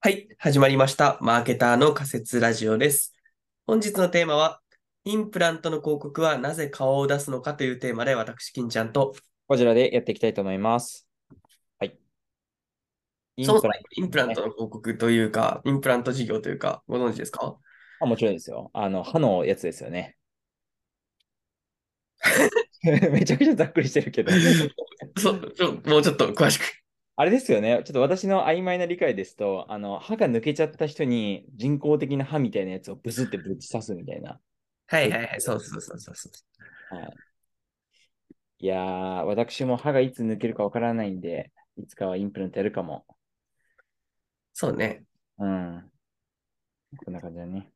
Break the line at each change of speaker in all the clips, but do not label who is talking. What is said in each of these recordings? はい、始まりました。マーケターの仮説ラジオです。本日のテーマは、インプラントの広告はなぜ顔を出すのかというテーマで、私、金ちゃんと、
こちらでやっていきたいと思います。はい。イン
そも
プ
そも
ラン
インプラントの広告というか、インプラント事業というか、ご存知です か
あ、もちろんですよ。あの、歯のやつですよね。 めちゃくちゃざっくりしてるけど。
そちょもうちょっと詳しく。
あれですよね。ちょっと私の曖昧な理解ですと、あの、歯が抜けちゃった人に人工的な歯みたいなやつをブスってぶち刺すみたいな。
はいはいはい、そうそうそうそうそう。
いやー、私も歯がいつ抜けるかわからないんで、いつかはインプラントやるかも。
そうね。
うん。こんな感じだね。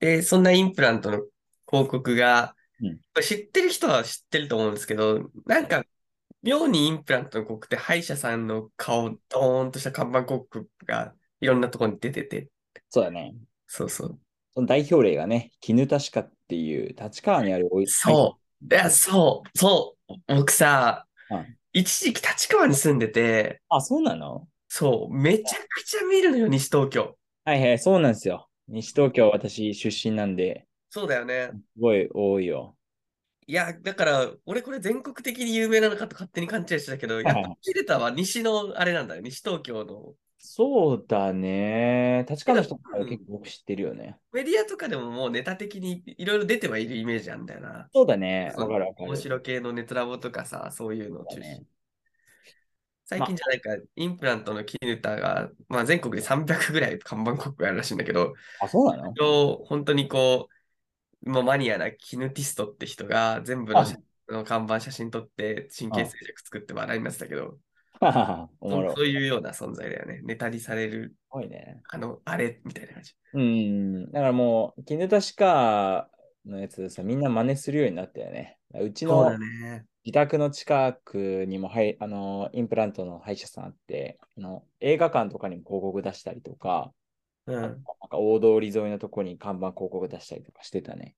で、そんなインプラントの広告が
うん、
これ知ってる人は知ってると思うんですけど、なんか、妙にインプラントの広告って歯医者さんの顔、ドーンとした看板広告がいろんなところに出てて、
そうだね。
そうそう。
その代表例がね、絹田歯科っていう立川にあるおい
そう。いや、そう、そう。僕さ
は、
一時期立川に住んでて、
あ、そうなの
そう、めちゃくちゃ見るのよ、西東京。
はいはい、そうなんですよ。西東京、私出身なんで、
そうだよね。
すごい多いよ。
いや、だから、俺これ全国的に有名なのかと勝手に勘違いしてたけど、やっぱ切れたは西のあれなんだよ、西東京の。
そうだね。立川の人
う
も
ん
結構僕知ってるよね。
メディアとかでももうネタ的にいろいろ出てはいるイメージなんだよな。
そうだね。
そう
わかるわか
面
る。
白系のネトラボとかさ、そういうのを中
そうだ
心
ね。
最近じゃないか、インプラントのキヌタが、まあ、全国で300ぐらい看板広告があるらしいんだけど、
あ、そうなの
そう本当にこう、もうマニアなキヌティストって人が全部の写の看板写真撮って神経衰弱作って話題になってたけど、
ははは おもろ
そう。そういうような存在だよね。ネタにされる、
すごいね。
あの、あれみたいな感じ。
うん。だからもう、絹田歯科のやつさ、みんな真似するようになったよね。うち
そう
の
だね。
自宅の近くにも、はい、あの、インプラントの歯医者さんあって、あの映画館とかにも広告出したりとか、
うん。
なんか大通り沿いのとこに看板広告出したりとかしてたね。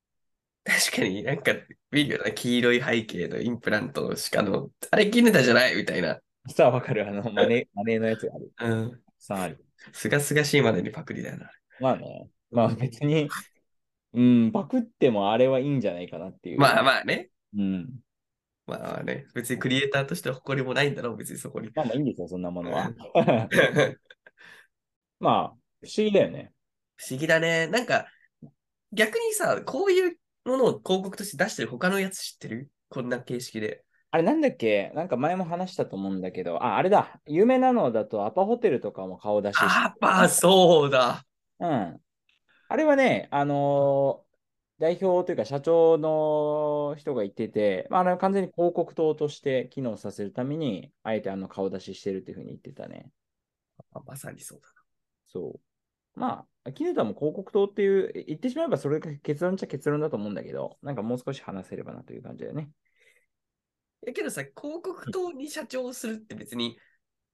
確かになんか、見るよな、黄色い背景のインプラントの鹿の、あれキヌタじゃないみたいな。
さあわかる、あの、マネ、マネのやつがある。
うん。
たくさんある。
すがすがしいまでにパクリだよな。
まあね、まあ別に、うん、パクってもあれはいいんじゃないかなっていう。
まあ
あ、
まあね。
うん。
まあまあね。別にクリエイターとしては誇りもないんだろう、別にそこ に。
まあまあいいんですよ、そんなものは。 まあ、不思議だよね。
不思議だね。なんか、逆にさ、こういうものを広告として出してる他のやつ知ってるこんな形式で。
あれなんだっけなんか前も話したと思うんだけど、あ、あれだ。有名なのだとアパホテルとかも顔出しして
あーまあ、そうだ。
うん。あれはね、あのー代表というか社長の人が言ってて、まあ、あの完全に広告塔として機能させるために、あえてあの顔出ししてるっていうふうに言ってたね。
あまさにそうだ。
そう。まあ、キネタも広告塔っていう、い言ってしまえばそれが結論っちゃ結論だと思うんだけど、なんかもう少し話せればなという感じだよね。
いやけどさ、広告塔に社長をするって別に、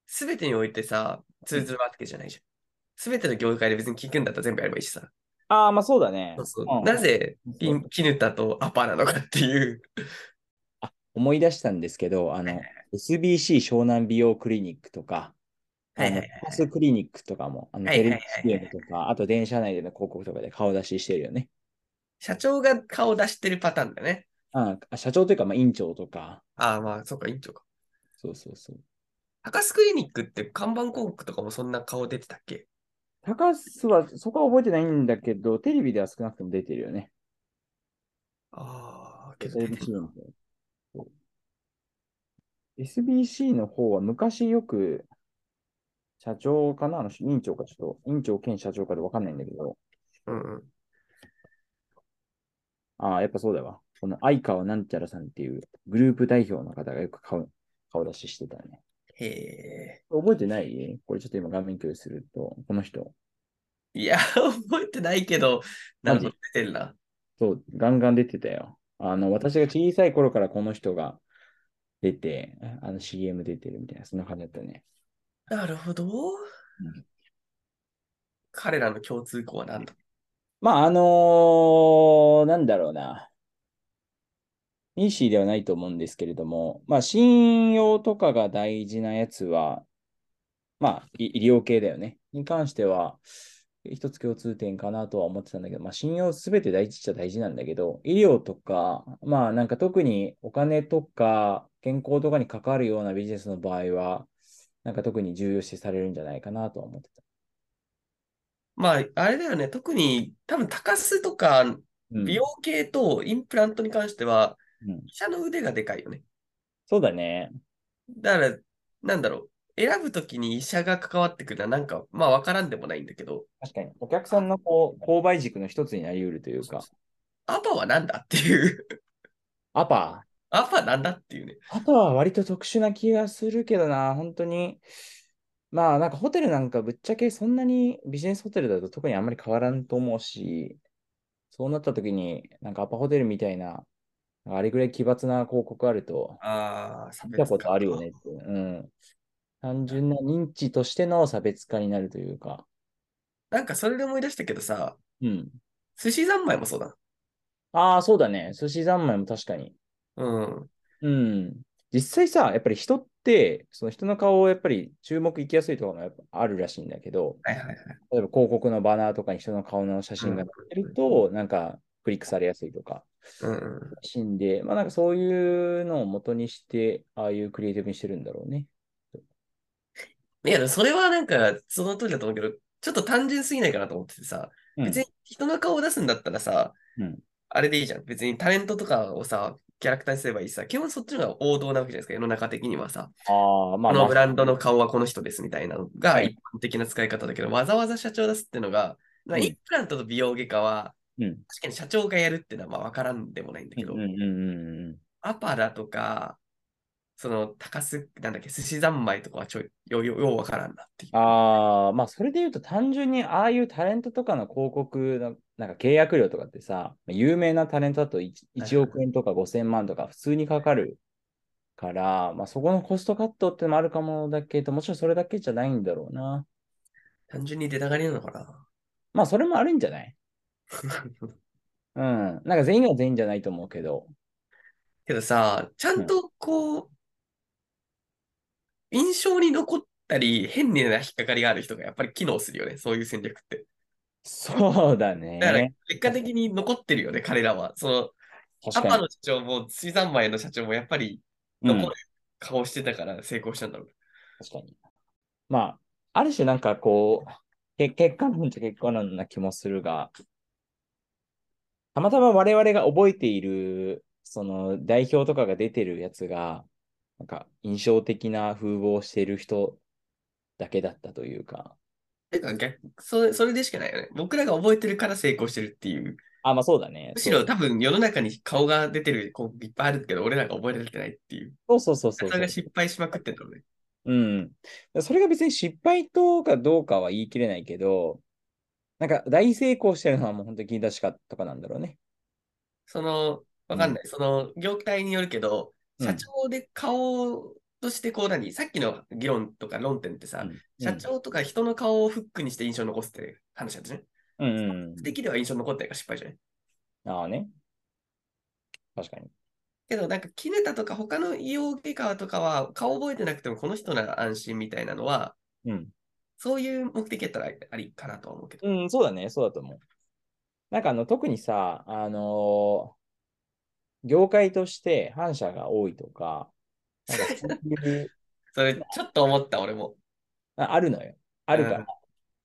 すべてにおいてさ、通ずるわけじゃないじゃん。すべての業界で別に聞くんだったら全部やればいいしさ。
ああ、まあそうだね。
そうそう
うん
なぜ、
そ
キ
う
キヌタとアパなのかっていう。
思い出したんですけど、あの、SBC 湘南美容クリニックとか、あ
はいは
の
いはい、
パスクリニックとかも、あの、
はいは
テ
い
レ
はい
ビ CM とか、あと電車内での広告とかで顔出ししてるよね。
社長が顔を出してるパターンだね。
ああ社長というか、まあ、院長とか、
ああ、まあ、そうか、委員長か。
そうそうそう。
高須クリニックって看板広告とかもそんな顔出てたっけ
高須は、そこは覚えてないんだけど、テレビでは少なくとも出てるよね。
ああ、けど出てる
SBC の方。そう SBC の方は昔よく、社長かなあの、院長かちょっと、院長兼社長かでわかんないんだけど、
うんうん。
ああ、やっぱそうだわ。この相川なんちゃらさんっていうグループ代表の方がよく顔顔出ししてたね。
へえ。
覚えてないこれちょっと今画面共有すると、この人、
いや、 覚えてないけど、なる
マジ
ほど、出てるな。
そう、ガンガン出てたよ。あの、私が小さい頃からこの人が出て、あの CM 出てるみたいな、そんな感じだったね。
なるほど。彼らの共通項は何だ
まあ、あのーなんだろうな。ミーシーではないと思うんですけれども、まあ、信用とかが大事なやつは、まあ、い医療系だよね。に関しては、一つ共通点かなとは思ってたんだけど、まあ、信用すべて大事っちゃ大事なんだけど、医療とか、まあ、なんか特にお金とか健康とかに関わるようなビジネスの場合は、なんか特に重要視されるんじゃないかなとは思ってた。
まあ、あれだよね。特に、多分、高須とか、
うん
美容系とインプラントに関しては、
うん
医者の腕がでかいよね。
そうだね。
だから、なんだろう。選ぶときに医者が関わってくるのは、なんか、まあ、わからんでもないんだけど、
確かに。お客さんのこう購買軸の一つになり得るというか、
アパはなんだっていう。
アパ
アパなんだっていうね。
ー、アパは割と特殊な気がするけどな、本当に。まあ、なんかホテルなんかぶっちゃけそんなにビジネスホテルだと特にあんまり変わらんと思うし、そうなった時に、なんかアパホテルみたいな、あれぐらい奇抜な広告あると、
ああ、差
見
別
た
化
ことあるよねっていう。うん。単純な認知としての差別化になるというか。
なんか、それで思い出したけどさ、
うん。
寿司三昧もそうだ。
ああ、そうだね。寿司三昧も確かに。
うん。
うん。実際さ、やっぱり人って、その人の顔をやっぱり注目いきやすいところもやっぱあるらしいんだけど、
はいはいはい。
例えば広告のバナーとかに人の顔の写真が載ってると、なんかクリックされやすいとか、
うんうん。
らしいんで、まあなんかそういうのを元にして、ああいうクリエイティブにしてるんだろうね。
いや、でもそれはなんか、その通りだと思うけど、ちょっと単純すぎないかなと思っててさ、
うん
別に人の顔を出すんだったらさ、
うん
あれでいいじゃん。別にタレントとかをさ、キャラクターにすればいいしさ、基本そっちの方が王道なわけじゃないですか、世の中的にはさ。
ああ、ま
こ
あ、
のブランド
の。
の顔はこの人ですみたいなのが
はい
一般的な使い方だけど、わざわざ社長出すってのが、まあ
うん
インプラントと美容外科は、
うん
確かに社長がやるってのはまあ分からんでもないんだけど、
うんうんうんうん。
アパラとか、その高須、なんだっけ、寿司三昧とかはちょい、よ、よ、よう分からんなっていう。
ああ、まあそれで言うと単純にああいうタレントとかの広告のなんか契約料とかってさ、有名なタレントだと 1,
はいはい
億円とか5000万とか普通にかかるから、まあそこのコストカットってのもあるかもだけど、もちろんそれだけじゃないんだろうな。
単純に出たがりなのかな。
まあそれもあるんじゃないうん。なんか全員が全員じゃないと思うけど。
けどさ、ちゃんとこう、印象に残ったり、変な引っかかりがある人がやっぱり機能するよね、そういう戦略って。
そうだ
だから
ね。
結果的に残ってるよね、彼らは。その、ア
確
パ
かに。
の社長も、水産前の社長もやっぱり
うん
残る顔してたから成功したんだろう。
確かに。まあ、ある種なんかこう、け結果なんじゃ結果なんな気もするが、たまたま我々が覚えている、その代表とかが出てるやつが、なんか印象的な風貌をしている人だけだったというか、
てか逆それ、それでしかないよね。僕らが覚えてるから成功してるっていう。
あ、まあそうだね。
むしろ
そう
多分世の中に顔が出てる子いっぱいあるけど、俺らが覚えられてないっていう。
そうそうそう
それ
そう
が。失敗しまくってんだろうね。
うん。それが別に失敗とかどうかは言い切れないけど、なんか大成功してるのはもう本当に銀出しかとかなんだろうね。
その、わかんない。その、業界によるけど、
うん
社長で顔としてこう何さっきの議論とか論点ってさ、社長とか人の顔をフックにして印象に残すって話なんですね。
うんうんうん
不。敵では印象に残ってないから失敗じゃない
ああね。確かに。
けど、なんか、キネタとか他の医療外科とかは、顔覚えてなくてもこの人なら安心みたいなのは、
うん。
そういう目的やったらありかなとは思うけど。
うん、そうだね。そうだと思う。なんかあの、特にさ、あのー業界として反社が多いとか、なんかそういう
それ、ちょっと思った、俺も。
ああるのよ。あるから。
うん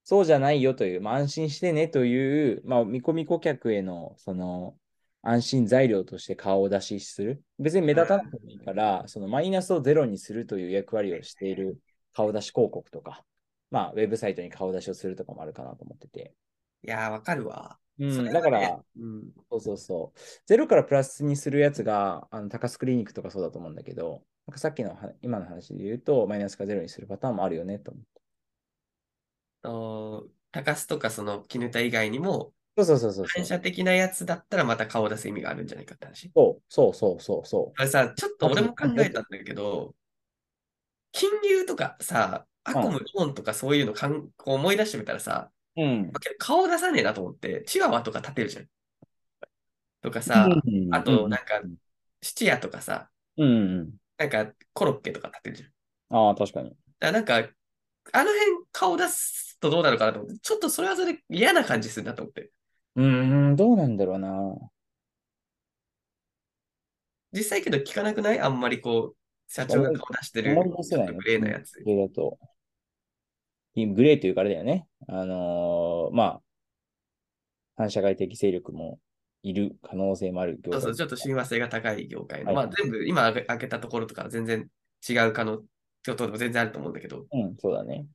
そうじゃないよという、まあ、安心してねという、まあ、見込み顧客への、その、安心材料として顔を出しする。別に目立たなくてもいいから、そのマイナスをゼロにするという役割をしている顔出し広告とか、まあ、ウェブサイトに顔出しをするとかもあるかなと思ってて。
いやー、わかるわ。
う
そ
ん、
れはね
だから、、
うん。
そうそうそう。ゼロからプラスにするやつが、あの、高須クリニックとかそうだと思うんだけど、なんかさっきのは今の話で言うと、マイナスからゼロにするパターンもあるよねと思って。
と、高須とか、その、キネタ以外にも、
そうそうそうそう
反
そう。
射的なやつだったらまた顔を出す意味があるんじゃないかって話。
そうそうそうそうそ
あれさ、ちょっと俺も考えたんだけど、金融とかさ、アコム、ローンとかそういうのかんこう思い出してみたらさ、
う。うん。
顔出さねえなと思って、チワワとか立てるじゃん。とかさ、
うん
あ
う
と
ん
なんか、質屋とかさ、
うんうん。
なんかコロッケとか立てるじゃん。
ああ、確かに。
だからなんか、あの辺顔出すとどうなるかなと思って、ちょっとそれはそれで嫌な感じするなと思って。
うーん、どうなんだろうな。
実際けど聞かなくないあんまりこう、社長が顔出してる、
思い出せない
グレーなやつ。
グレーだと。グレーというかあれだよね。あのーまあ、反社会的勢力もいる可能性もある業
そ
界
うそう、ちょっと親和性が高い業界の。
はい
まあ全部、今開けたところとか全然違う可能、ちょっと全然あると思うんだけど、
うん、そうだね。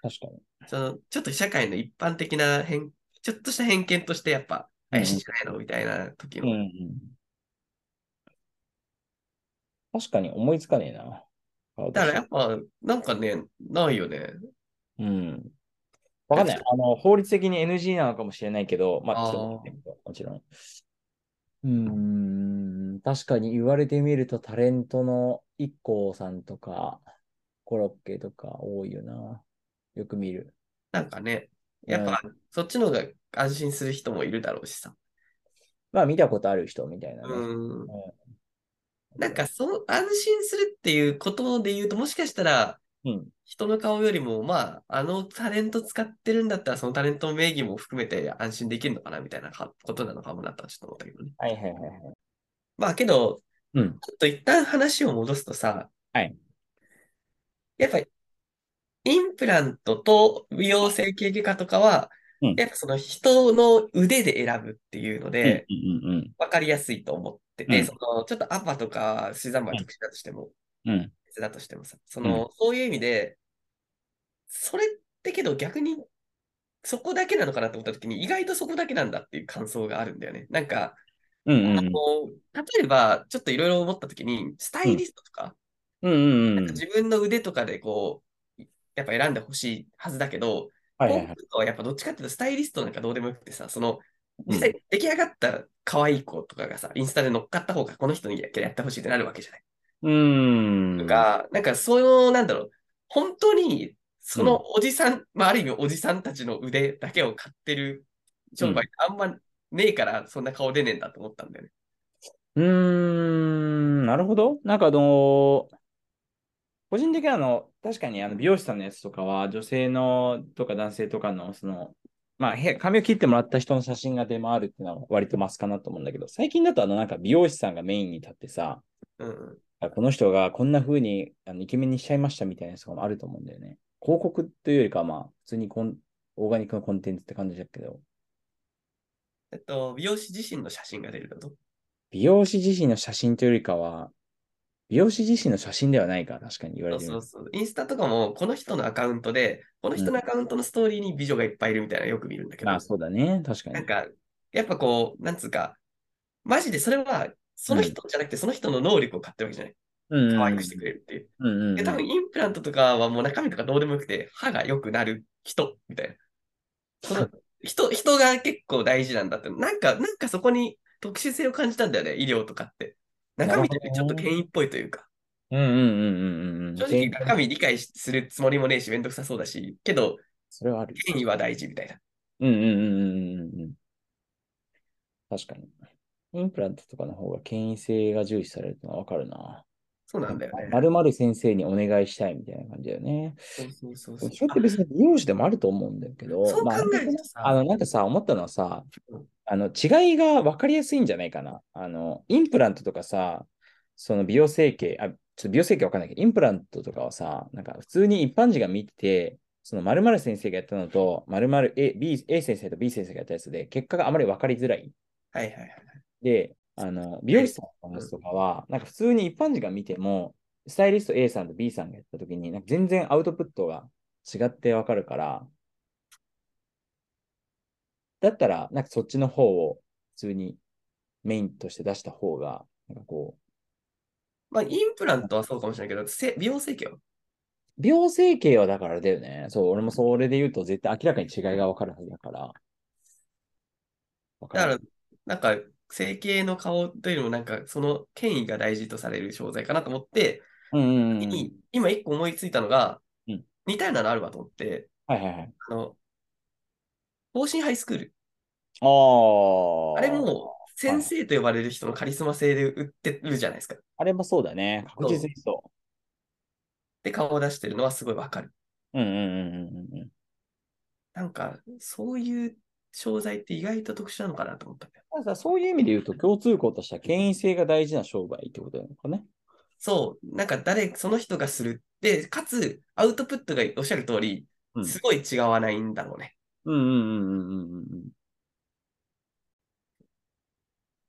確かに。
その、ちょっと社会の一般的な偏、ちょっとした偏見としてやっぱ怪しいんじゃないのみたいな時
うん
の。
うん。確かに思いつかねえな。顔出
だ
し
か
て
らやっぱ、なんかね、ないよね。
うん。わかんない。あの、法律的に NG なのかもしれないけど、まあ、
あー
ちょっと待ってもちろん。うーん、確かに言われてみるとタレントの IKKO さんとか、コロッケとか多いよな。よく見る。
なんかね、やっぱ、そっちの方が安心する人もいるだろうしさ。
まあ、見たことある人みたいなね。
うん。
う
なんか、そう、安心するっていうことで言うと、もしかしたら、
うん
人の顔よりも、まあ、あのタレント使ってるんだったら、そのタレントの名義も含めて安心できるのかな、みたいなかことなのかもなとはちょっと思ったけどね。
はいはいはいはい。
まあ、けど、
うん。
ちょっと一旦話を戻すとさ、
はい
やっぱり、インプラントと美容整形外科とかは、
うん
やっぱその人の腕で選ぶっていうので、
うんうん
わかりやすいと思ってて、
うん
そのちょっとアパとかシザンバ特殊だとしても、
うん。うん。
別だとしてもさ、その、そういう意味で、それってけど逆に、そこだけなのかなと思った時に、意外とそこだけなんだっていう感想があるんだよね。なんか、
うんうん
あの例えば、ちょっといろいろ思った時に、スタイリストとか、
うんうんうん。
自分の腕とかでこう、やっぱ選んでほしいはずだけど、
はいはい
今
はい。
はやっぱどっちかっていうとスタイリストなんかどうでもよくてさ、その、
うん
実際出来上がった可愛い子とかがさ、インスタで乗っかった方がこの人にやってほしいってなるわけじゃない。
うーん。
とか、なんかその、なんだろう、本当にそのおじさん、まあある意味おじさんたちの腕だけを買ってる商売ってあんまねえからそんな顔出ねえんだと思ったんだよね。
うーん、なるほど。なんかあのー個人的にはあの、確かにあの美容師さんのやつとかは、女性のとか男性とかの、その、まあ、へ髪を切ってもらった人の写真が出回るっていうのは割とマスかなと思うんだけど、最近だとあの、なんか美容師さんがメインに立ってさ、
うんうん。
あこの人がこんな風にあのイケメンにしちゃいましたみたいなやつとかもあると思うんだよね。広告というよりかは、まあ、普通にコンオーガニックのコンテンツって感じだけど、
えっと、美容師自身の写真が出るだと。
美容師自身の写真というよりかは、美容師自身の写真ではないか、確かに言
そう
われてみる
そうそう。インスタとかも、この人のアカウントで、この人のアカウントのストーリーに美女がいっぱいいるみたいなのよく見るんだけど、
まあそうだね、確か
なん
に。
か、やっぱこう、なんつうか、マジでそれは、その人じゃなくて、その人の能力を買ってるわけじゃない。
うん
可愛くしてくれるっていう。
うんうんうん
で、多分インプラントとかはもう中身とかどうでもよくて、歯が良くなる人みたいな。そ の人、人が結構大事なんだって、なんか、なんかそこに特殊性を感じたんだよね、医療とかって。中身ってちょっと権威っぽいというか。
うんうんうんうんうん。
正直、中身理解しするつもりもねえし、めんどくさそうだし、けど、
それはある。
権威は大事みたいな。
うんうんうんうんうんうん。確かに。インプラントとかの方が権威性が重視されるのはわかるな。
そうなんだよね。
まるまる先生にお願いしたいみたいな感じだよね。
そうそうそう
そ
そう
れって別に美容師でもあると思うんだけど、
そう考
まあ
えるとさ、
あの、なんかさ、思ったのはさ
うん、
あの、違いが分かりやすいんじゃないかな。あの、インプラントとかさ、その美容整形、あ、ちょっと美容整形分かんないけど、インプラントとかはさ、なんか普通に一般人が見てて、その〇〇先生がやったのと、〇〇 A、B、A 先生と B 先生がやったやつで、結果があまり分かりづらい。
はいはいはい。
で、あの、美容師さんのやつとかは、なんか普通に一般人が見ても、スタイリスト A さんと B さんがやったときに、なんか全然アウトプットが違ってわかるから、だったら、なんかそっちの方を普通にメインとして出した方が、なんかこ
まあ、インプラントはそうかもしれないけど、せ美容整形は
う、美容整形はだからだよね。そう、俺もそれで言うと絶対明らかに違いがわかるはずだから。わ
だ
か
から
る。、
なんか、整形の顔というよりも、なんか、その権威が大事とされる商材かなと思って、
うんうんうん。
に今一個思いついたのが、
うん
似たようなのあるわと思って、
はいはいはい。
あの、方針ハイスクール。
ああ。
あれ、も、先生と呼ばれる人のカリスマ性で売ってるじゃないですか。
あれもそうだね。確実にそう。
って顔を出してるのはすごいわかる。
うんうんうんうんうんうん。
なんか、そういう商材って意外と特殊なのかなと思ったんだよ。
たださそういう意味で言うと、共通項としては、権威性が大事な商売ってことなのかね。
そう、なんか誰、その人がする。で、かつ、アウトプットがおっしゃる通り
う、ん
すごい違わないんだろうね。
うんうんうんうんうん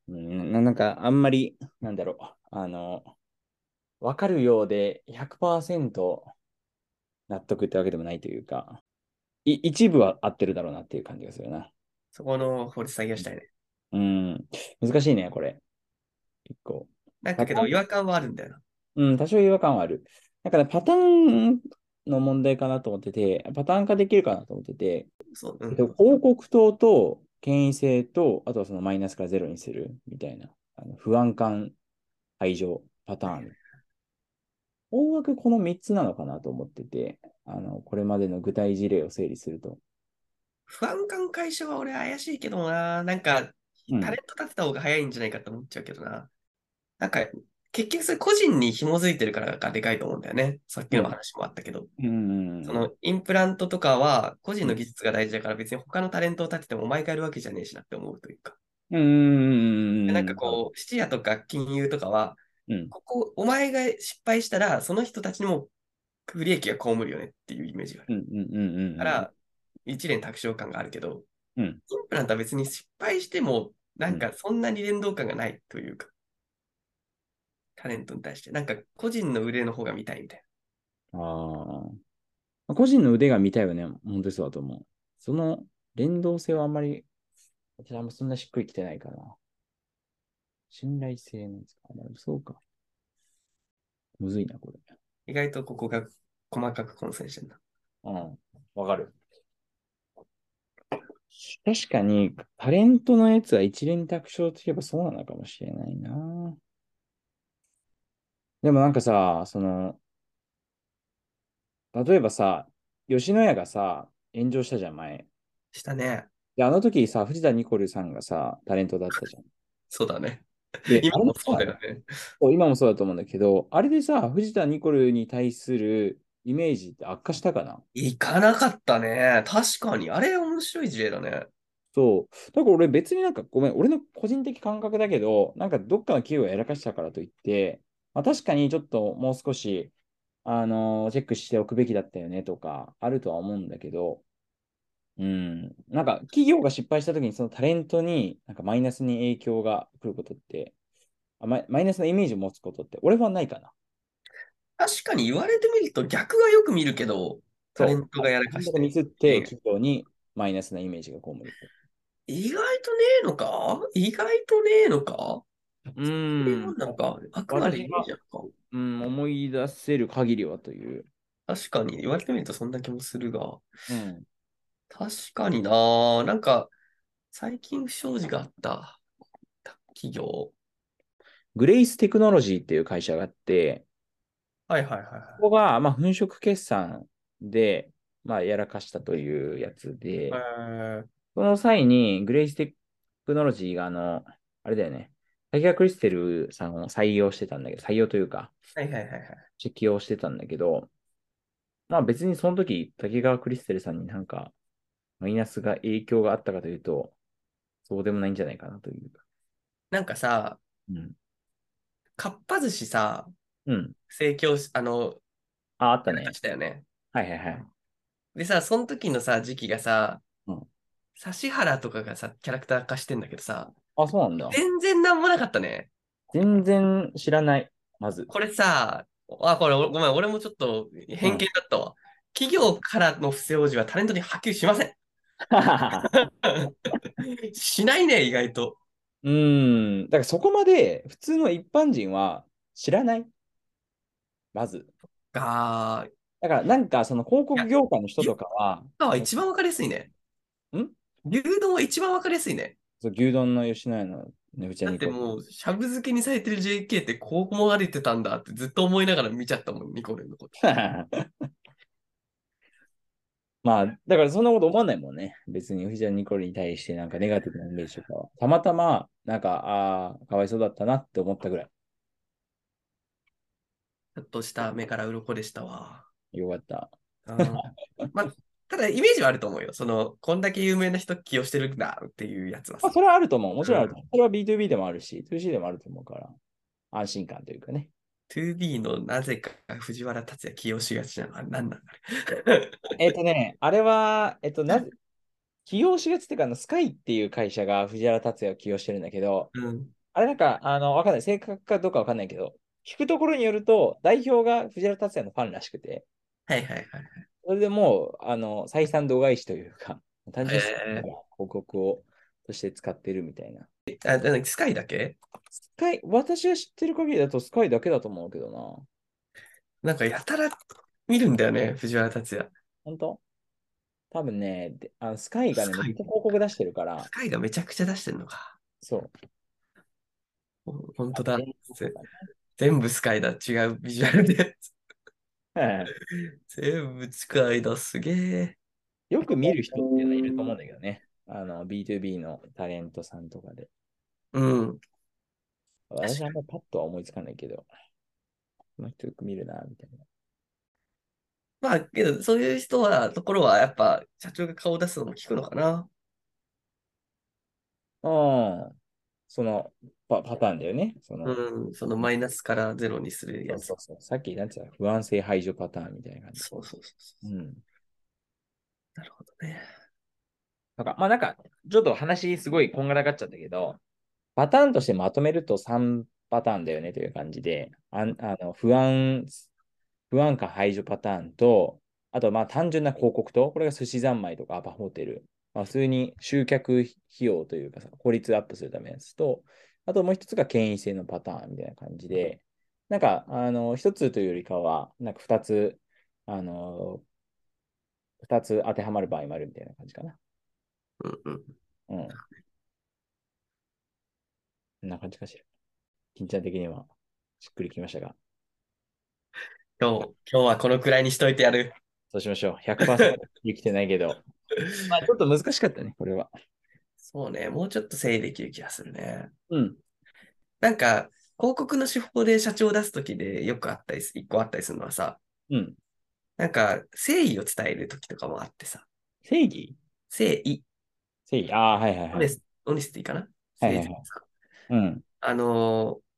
うん。うん、ななんか、あんまり、なんだろう、あの、わかるようで100%納得ってわけでもないというか、い一部は合ってるだろうなっていう感じがするな。
そこの法律作業したいね。
うん、難しいね、これ。結構。
なんかけど、違和感はあるんだよな。
うん、多少違和感はある。だからパターンの問題かなと思ってて、パターン化できるかなと思ってて、
そう、
え
う
っ
ん
と、広告塔と権威性と、あとはそのマイナスからゼロにするみたいな、あの不安感排除パターン。大枠この3つなのかなと思ってて、あの、これまでの具体事例を整理すると。
不安感解消は俺怪しいけどな。なんか、
うん
タレント立てた方が早いんじゃないかと思っちゃうけどな。なんか、結局それ個人に紐づいてるからがでかいと思うんだよね。さっきの話もあったけど。
うん
そのインプラントとかは個人の技術が大事だから別に他のタレントを立ててもお前がやるわけじゃねえしなって思うというか。
うん
なんかこう、質屋とか金融とかは、
うん
ここ、お前が失敗したら、その人たちにも不利益が被るよねっていうイメージがある。
うんうんうんうんうん。
だから、一連卓上感があるけど、
うん
インプラントは別に失敗しても、なんかそんなに連動感がないというか、タレントに対して、なんか個人の腕の方が見たいみたい
ああ。個人の腕が見たいよね。本当にそうだと思う。その連動性はあんまり、私あんまそんなしっくりきてないから。信頼性なんですか。なるほどそうか。むずいな、これ。
な。意外とここが細かく混戦してるな。
うん。わかる。確かに、タレントのやつは一連卓上といえばそうなのかもしれないな。でもなんかさ、その、例えばさ、吉野家がさ、炎上したじゃん、前。
したね。
で、あの時さ、藤田ニコルさんがさ、タレントだったじゃん。
そうだね。
で
今もそうだよね。
そう今もそうだと思うんだけど、あれでさ、藤田ニコルに対するイメージって悪化したかな
行かなかったね。確かに。あれ面白い事例だね。
そう。だから俺別になんかごめん、俺の個人的感覚だけど、なんかどっかの企業がやらかしたからといって、まあ、確かにちょっともう少し、あのーチェックしておくべきだったよねとかあるとは思うんだけど、うん、なんか企業が失敗した時にそのタレントになんかマイナスに影響が来ることって、あマイマイナスのイメージを持つことって俺はないかな。
確かに言われてみると逆はよく見るけど、タレントがやらかし
タレント
て。
がミスって企業にマイナスなイメージがこむる。
意外とねえのか意外とねえのか
う
そういうも
ん
んなのかあくまでイメージなのか
うん、思い出せる限りはという。
確かに言われてみるとそんな気もするが。
うん。
確かにななんか、最近不祥事があった企業。
グレイステクノロジーっていう会社があって、
はいはいはいは
ここが、まあ、粉飾決算で、まあ、やらかしたというやつで、
い。えー
その際に、グレイステクノロジーが、あの、あれだよね、タキア・クリステルさんを採用してたんだけど、採用というか、
はいはいはいはい。
適用してたんだけど、まあ別にその時、滝川クリステルさんになんか、マイナスが影響があったかというと、そうでもないんじゃないかなという。
なんかさ、
うん。
かっぱ寿司さ、
うん。
盛況し、あの、
あ、あったね
出。したよね。
はいはいはい。
でさ、その時のさ、時期がさ、
うん
指原とかがさ、キャラクター化してんだけどさ、
あ、そうなんだ。
全然なんもなかったね。
全然知らない。まず。
これさ、あ、これ、おごめん、俺もちょっと偏見だったわ。企業からの不正事はタレントに波及しません。しないね、意外と。
うん。だからそこまで普通の一般人は知らない。まず。
が、
だからなんかその広告業界の人とかは、
あは一番わかりやすいね。
ん
牛丼は一番わかりやすいね。
そう牛丼の吉野家のね、うち
だ
は
っ
ニ
て
コル
もう、しゃぶ漬けにされてる JK ってこうもられてたんだってずっと思いながら見ちゃったもん、ニコルのこと。
まあ、だからそんなこと思わないもんね。別に藤田ニコルに対してなんかネガティブなイメージとかは。たまたま、なんか、ああ、かわいそうだったなって思ったぐらい。
ちょっとした目から鱗でしたわ。
よかった。
うんまあ、ただ、イメージはあると思うよ。その、こんだけ有名な人起用してるんだっていうやつは
ま
さ
あ、それはあると思う。もちろんあると思う。それは B2B でもあるし、2C でもあると思うから、安心感というかね。
2B のなぜか藤原達也起用しがちなのは何なんだ ろう
えっとね、あれは、えっと、なぜ、起用しがちっていうか、あの、スカイっていう会社が藤原達也を起用してるんだけど、
うん。
あれなんか、あの、わかんない。正確かどうかわかんないけど、聞くところによると、代表が藤原達也のファンらしくて、
はいはいはい。
それでもう、あの、採算度外視というか、単純に
へー
広告を、として使ってるみたいな。
あ、なんだスカイだけ
スカイ、私が知ってる限りだとスカイだけだと思うけどな。
なんかやたら見るんだよね、藤原達也。
本当多分ね、であのスカイがね、
ス
め
カ
っ
イ
ちゃ広告出してるから
ス、カイがめちゃくちゃ出してんのか。
そう。
ほ本当だ。
そうか
全部スカイだ。違うビジュアルで。
な
全部スカイだ。すげえ。
よく見る人っていうのはいると思うんだけどね。あの、B2B のタレントさんとかで。
うん。
私はあんまパッとは思いつかないけど、この人よく見るな、みたいな。
まあ、けど、そういう人は、ところは、やっぱ、社長が顔を出すのも聞くのかな。
うん。そのパパターンだよね。その、
うん。そのマイナスからゼロにするやつ。
そうそうそうさっきなんて言った不安性排除パターンみたいな感じ。
そうそうそうそうう。
ん。
なるほどね。
なんか、まあなんか、ちょっと話すごいこんがらがっちゃったけど、パターンとしてまとめると3パターンだよねという感じで、あんあの不安、不安感排除パターンと、あとまあ単純な広告と、これが寿司三昧とかアパホテル、まあ、普通に集客費用というかさ、効率アップするためのやつと、あともう一つが権威性のパターンみたいな感じで、なんか、あの、一つというよりかは、なんか二つ、あの、二つ当てはまる場合もあるみたいな感じかな。
うんうん。
うん。こんな感じかしら。金ちゃん的には、しっくりきましたが。
今日、今日はこのくらいにしといてやる。
そうしましょう。100%できてないけど。 まあ、ちょっと難しかったね、これは。
そうね。もうちょっと整理できる気がするね。
うん。
なんか、広告の手法で社長を出すときでよくあったりす、一個あったりするのはさ、
うん。
なんか、誠意を伝えるときとかもあってさ、
正義
誠意、
正義。ああ、はいはい
オ
は
ネ
い。
ス、オネスティかな
はいはいはい
誠実さ
うん。
あのー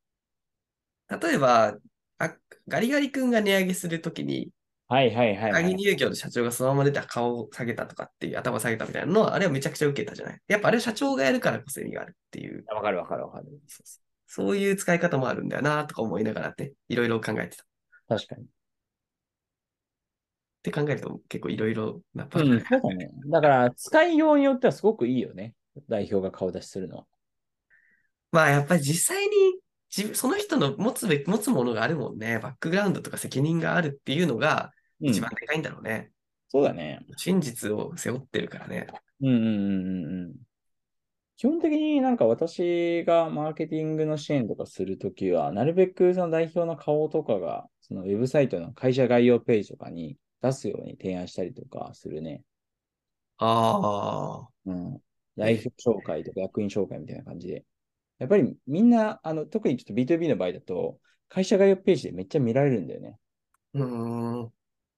例えば、あガリガリ君が値上げするときに、
はいはいはい、は
鍵
い。
乳業の社長がそのまま出た顔を下げたとかっていう、頭下げたみたいなのは、あれはめちゃくちゃ受けたじゃないやっぱあれは社長がやるからこそ意味があるっていう、
わかるわかるわかる。
そういう使い方もあるんだよなとか思いながらって、いろいろ考えてた。っ
確かに。
て考えると結構いろいろなパターン
うん、そうだね。だから、使いようによってはすごくいいよね。代表が顔出しするのは。
まあやっぱり実際に自分その人の持つべき、持つものがあるもんね。バックグラウンドとか責任があるっていうのが
うん
一、番でかいんだろうね。
そうだね。
真実を背負ってるからね。
うんうんうんうんうん。基本的になんか私がマーケティングの支援とかするときは、なるべくその代表の顔とかが、そのウェブサイトの会社概要ページとかに出すように提案したりとかするね。
ああ。
うん。代表紹介とか役員紹介みたいな感じで。やっぱりみんな、あの、特にちょっと B2B の場合だと、会社概要ページでめっちゃ見られるんだよね。
うーん。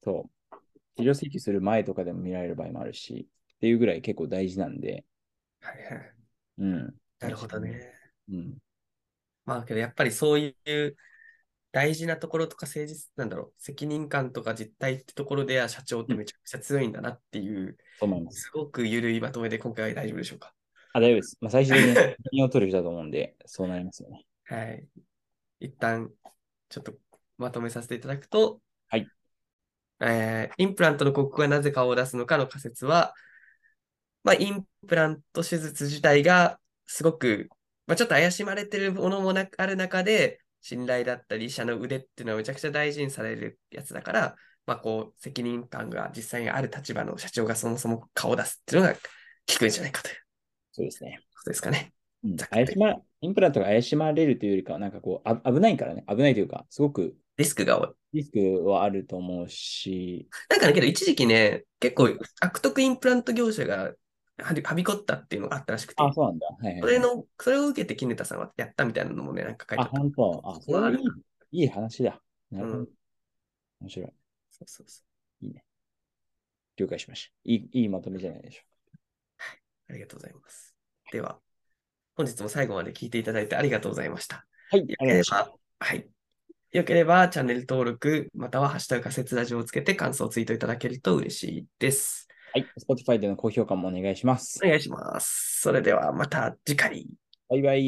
そう。資料請求する前とかでも見られる場合もあるし、っていうぐらい結構大事なんで。
はいはい。
うん。
なるほどね。
うん。
まあけどやっぱりそういう大事なところとか誠実なんだろう。責任感とか実態ってところでは社長ってめちゃくちゃ強いんだなっていう、
そう思います。
すごく緩いまとめで今回は大丈夫でしょうか。
あ、大丈夫です。まあ、最終的 に責任を取る人だと思うんで、そうなりますよね。
はい。一旦、ちょっとまとめさせていただくと、
はい。
えーインプラントの広告がなぜ顔を出すのかの仮説は、まあ、インプラント手術自体がすごく、まあ、ちょっと怪しまれてるものもなある中で、信頼だったり、医者の腕っていうのはめちゃくちゃ大事にされるやつだから、まあ、こう、責任感が実際にある立場の社長がそもそも顔を出すっていうのが効くんじゃないかという
そうですね。
ことですかね。
うん
ざっくり
怪しま、インプラントが怪しまれるというよりかは、なんかこう、あ危ないからね。危ないというか、すごく
リスクが多い。
リスクはあると思うし、
なんかね、けど一時期ね、結構悪徳インプラント業者がはびはびこったっていうのがあったらしくて、
あ、そうなんだ。はいはい、
それの、それを受けて絹田さんはやったみたいなのもね、なんか書いて
あ、
あった。
本当。あ、それはいい、いい話だ。なるほど
うん
面白い。
そうそうそう。
了解しました。いい、いいまとめじゃないでしょ
ありがとうございます。では、本日も最後まで聞いていただいてありがとうございました。
うか。はい、あ
よけれ
りがとうございました。
ば、はい。よければ、チャンネル登録、またはハッシュタグ仮説ラジオをつけて感想をツイートいただけると嬉しいです。
はい、Spotify での高評価もお願いします
お。願いします。それでは、また次回。
バイバイ。